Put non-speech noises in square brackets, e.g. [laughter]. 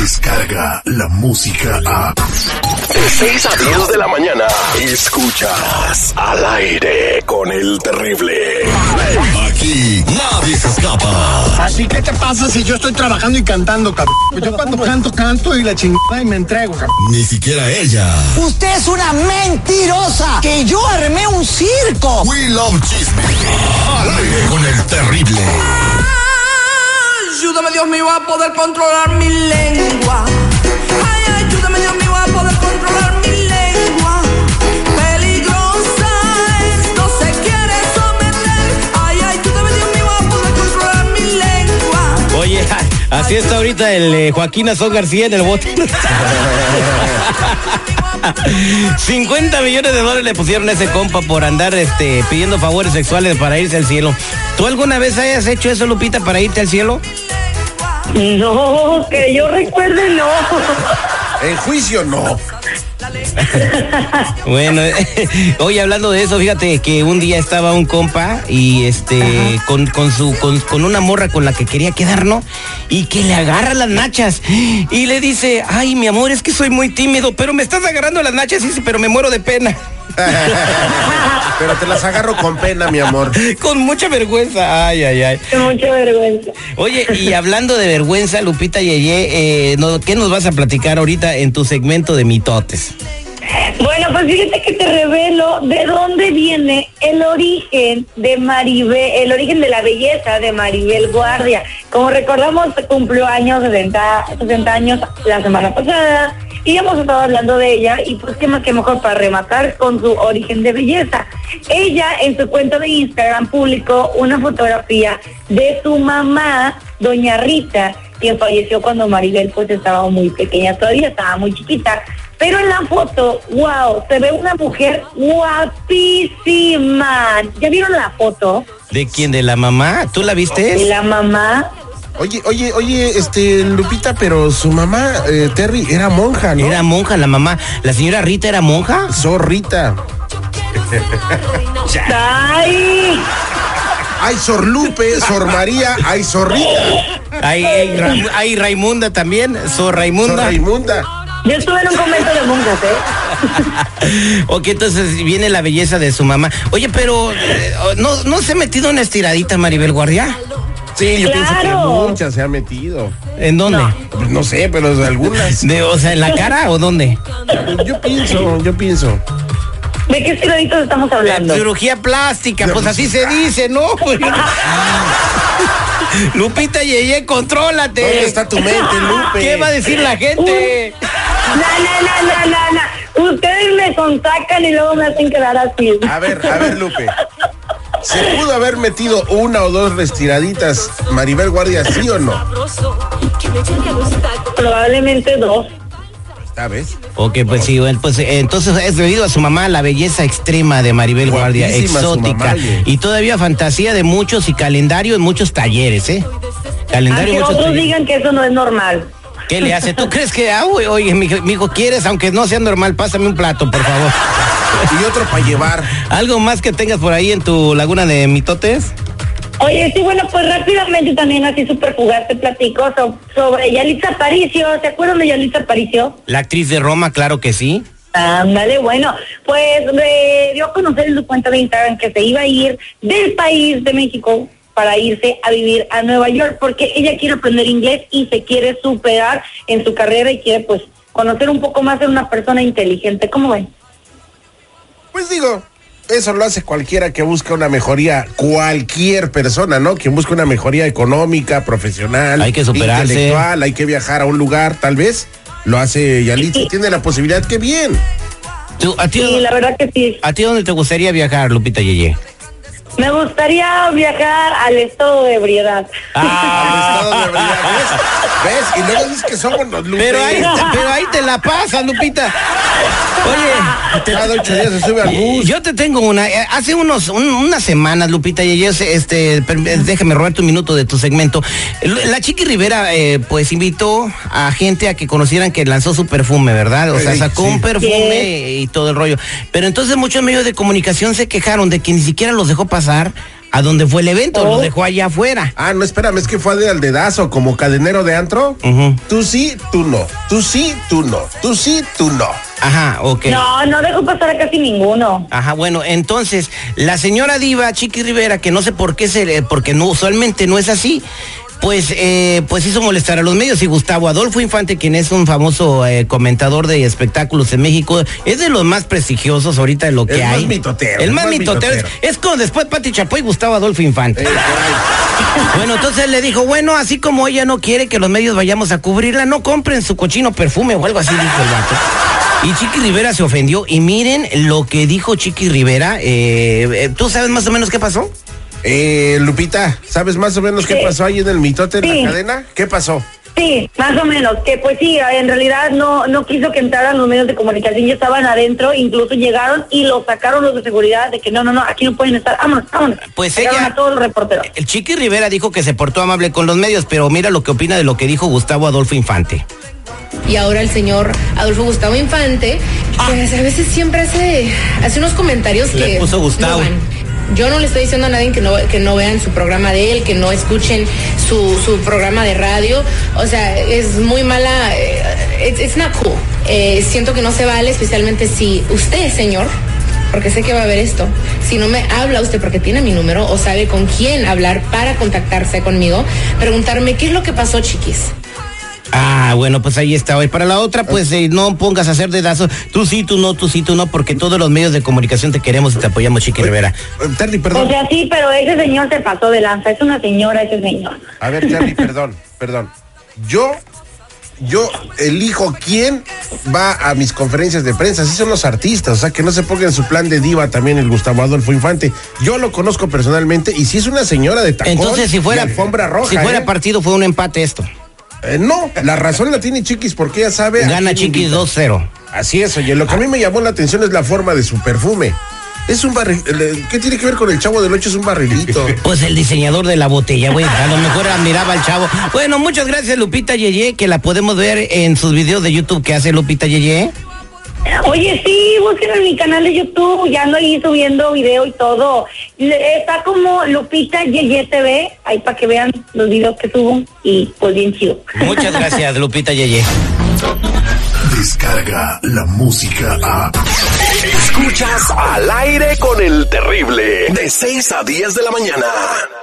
Descarga la música a. De 6 a 10 de la mañana. Escuchas al aire con el terrible. Aquí nadie se escapa. Así que te pasa si yo estoy trabajando y cantando, cabrón. Pues Yo cuando canto, canto y la chingada y me entrego, cabrón. Ni siquiera ella. Usted es una mentirosa. Que yo armé un circo. We love chisme. Al aire con el terrible. Ayúdame Dios mío a poder controlar mi lengua. Ay, ayúdame Dios mío a poder controlar mi lengua. Peligrosa es, no se quiere someter. Ay, ayúdame Dios mío a poder controlar mi lengua. Oye, [laughs] así está ahorita el eh, Joaquín Azón García en el bote. [laughs] 50 millones de dólares le pusieron a ese compa por andar este, pidiendo favores sexuales para irse al cielo. ¿Tú alguna vez hayas hecho eso, Lupita, para irte al cielo? No, que yo recuerde no. En juicio no. [laughs] Bueno, eh, hoy [laughs] hablando de eso, fíjate que un día estaba un compa y este con, con su con, con una morra con la que quería quedar, ¿no? Y que le agarra las nachas y le dice, "Ay, mi amor, es que soy muy tímido, pero me estás agarrando las nachas." Y dice, "Pero me muero de pena." [laughs] Pero te las agarro con pena, mi amor. [laughs] Con mucha vergüenza. Ay, ay, ay. Qué Mucha vergüenza. Oye, [laughs] y hablando de vergüenza, Lupita Yeye, eh, no- ¿qué nos vas a platicar ahorita en tu segmento de mitotes? Bueno, pues fíjate que te revelo de dónde viene el origen de Maribel, el origen de la belleza de Maribel Guardia. Como recordamos, cumplió años, 60, 60 años la semana pasada y hemos estado hablando de ella y pues qué más que mejor para rematar con su origen de belleza. Ella en su cuenta de Instagram publicó una fotografía de su mamá, doña Rita, quien falleció cuando Maribel pues estaba muy pequeña todavía, estaba muy chiquita. Pero en la foto, wow, se ve una mujer guapísima. ¿Ya vieron la foto? ¿De quién? ¿De la mamá? ¿Tú la de viste? La mamá. Oye, oye, oye, este, Lupita, pero su mamá, eh, Terry, era monja, ¿no? Era monja la mamá. ¿La señora Rita era monja? Zorrita. ¡Ay! Ay, Sor Lupe, Sor María, ay, Zorrita. Hay, hay Ra- hay Raimunda también, Sor Sor Raimunda. Raimunda. Yo estuve en un convento de monjas, ¿eh? [laughs] ok, entonces viene la belleza de su mamá. Oye, pero eh, ¿no, ¿no se ha metido una estiradita Maribel Guardia? Sí, yo pienso que Claro. muchas se ha metido. ¿En dónde? No sé, pero de algunas. De, o sea, ¿en la cara o dónde? Yo pienso, yo pienso. ¿De qué ciroditos estamos hablando? Cirugía plástica, pues así se dice, ¿no? [laughs] Lupita Yeye, contrólate. ¿Dónde está tu mente, Lupe? [laughs] ¿Qué va a decir la gente? No, no, no, no, no, no. Ustedes me contactan y luego me hacen quedar así. A ver, a ver, Lupe. ¿Se pudo haber metido una o dos retiraditas Maribel Guardia, sí o no? Probablemente dos. ¿Sabes? Ok, pues sí, bueno, pues eh, entonces es debido a su mamá la belleza extrema de Maribel Guardia, Guapísima su exótica mamá, oye. y todavía fantasía de muchos y calendario en muchos talleres, ¿eh? A Calendario que en muchos otros talleres. digan que eso no es normal. ¿Qué le hace? ¿Tú crees que, ah, güey, oye, mi hijo, quieres, aunque no sea normal, pásame un plato, por favor? Y otro para llevar. ¿Algo más que tengas por ahí en tu laguna de mitotes? Oye, sí, bueno, pues rápidamente también así super fugaz te platico so- sobre Yalitza Aparicio. ¿Se acuerdan de Yalitza Aparicio? La actriz de Roma, claro que sí. Ándale, bueno, pues eh, dio a conocer en su cuenta de Instagram que se iba a ir del país de México para irse a vivir a Nueva York porque ella quiere aprender inglés y se quiere superar en su carrera y quiere pues conocer un poco más de una persona inteligente. ¿Cómo ven? Pues digo, eso lo hace cualquiera que busca una mejoría, cualquier persona, ¿no? Quien busca una mejoría económica, profesional, Hay que superarse. intelectual, hay que viajar a un lugar, tal vez. Lo hace Yalitza, tiene la posibilidad, qué bien. ¿Tú, a, ti, Sí, la verdad que sí. ¿A ti dónde te gustaría viajar, Lupita Yeye? Me gustaría viajar al estado de ebriedad. Ah, Al Ah, estado de Brilla, ¿Ves? ¿Ves? Y luego dices que somos los Lupe. Pero ahí, pero ahí te la pasan, Lupita. Oye, Cada ocho días se sube al eh, bus. yo te tengo una. eh, Hace unos, un- unas semanas, Lupita y este, per- eh, déjame robar tu minuto de tu segmento. L- La Chiqui Rivera, eh, pues invitó a gente a que conocieran que lanzó su perfume, ¿verdad? O sea, Sí, sacó sí. un perfume y todo el rollo. Pero entonces muchos medios de comunicación se quejaron de que ni siquiera los dejó pasar a donde fue el evento, Oh. lo dejó allá afuera. Ah, no, espérame, es que fue de al dedazo, como cadenero de antro. Ujú. Tú sí, tú no. Tú sí, tú no. Tú sí, tú no. Ajá, ok. No, no dejó pasar a casi ninguno. Ajá, bueno, entonces, la señora diva Chiqui Rivera, que no sé por qué se le- porque no, usualmente no es así, pues, eh, pues hizo molestar a los medios. Y Gustavo Adolfo Infante, quien es un famoso eh, comentador de espectáculos en México, es de los más prestigiosos ahorita de lo que El más hay. mitotero, El más mitotero. Es- Es con después Pati Chapoy y Gustavo Adolfo Infante. Eh, por ahí. [laughs] Bueno, entonces le dijo, bueno, así como ella no quiere que los medios vayamos a cubrirla, no compren su cochino perfume o algo así, dijo el vato. Y Chiqui Rivera se ofendió. Y miren lo que dijo Chiqui Rivera. eh, eh, ¿Tú sabes más o menos qué pasó? Eh, Lupita, ¿sabes más o menos qué Sí. pasó ahí en el mitote en Sí. la cadena? ¿Qué pasó? Sí, más o menos, que pues sí, en realidad no, no quiso que entraran los medios de comunicación, ya estaban adentro, incluso llegaron y lo sacaron los de seguridad de que no, no, no, aquí no pueden estar, vámonos, vámonos. Pues Sacaron ella- Eh, a todos los reporteros. El Chiqui Rivera dijo que se portó amable con los medios, pero mira lo que opina de lo que dijo Gustavo Adolfo Infante. y ahora el señor Adolfo Gustavo Infante, pues a veces siempre hace, hace unos comentarios Ah. Le que puso Gustavo. no van. Yo no le estoy diciendo a nadie que no, que no vean su programa de él, que no escuchen su, su programa de radio. O sea, es muy mala. eh, It's, it's not cool. Eh, siento que no se vale, especialmente si usted, señor, porque sé que va a ver esto, si no me habla usted porque tiene mi número o sabe con quién hablar para contactarse conmigo, preguntarme qué es lo que pasó, chiquis. Ah, bueno, pues ahí está. Y para la otra, pues eh, no pongas a hacer dedazos. Tú sí, tú no, tú sí, tú no, porque todos los medios de comunicación te queremos y te apoyamos, Chiqui Rivera. Eh, Terry, O perdón. sea, sí, pero ese señor se pasó de lanza, es una señora ese señor. A ver, Terry, perdón, perdón. Yo, yo elijo quién va a mis conferencias de prensa. Así son los artistas, o sea, que no se ponga en su plan de diva también el Gustavo Adolfo Infante. Yo lo conozco personalmente y si es una señora de tacón Entonces, si y fuera, alfombra roja. si fuera ¿eh? partido, fue un empate esto. Eh, no, la razón la tiene Chiquis porque ella sabe. a Gana quién Chiquis invita. 2-0. Así es, oye, lo que a mí me llamó la atención es la forma de su perfume. Es un barril. el- ¿Qué tiene que ver con el chavo del ocho? Es un barrilito. Pues el diseñador de la botella, güey. A lo mejor admiraba al chavo. Bueno, muchas gracias, Lupita Yeye, que la podemos ver en sus videos de YouTube que hace Lupita Yeye. Oye, sí, búsquenlo en mi canal de YouTube, ya ando ahí subiendo video y todo. Le- Está como Lupita Yeye TV, ahí para que vean los videos que subo y pues bien chido. Muchas gracias, Lupita Yeye. Descarga la música a. Escuchas al aire con el terrible de 6 a 10 de la mañana.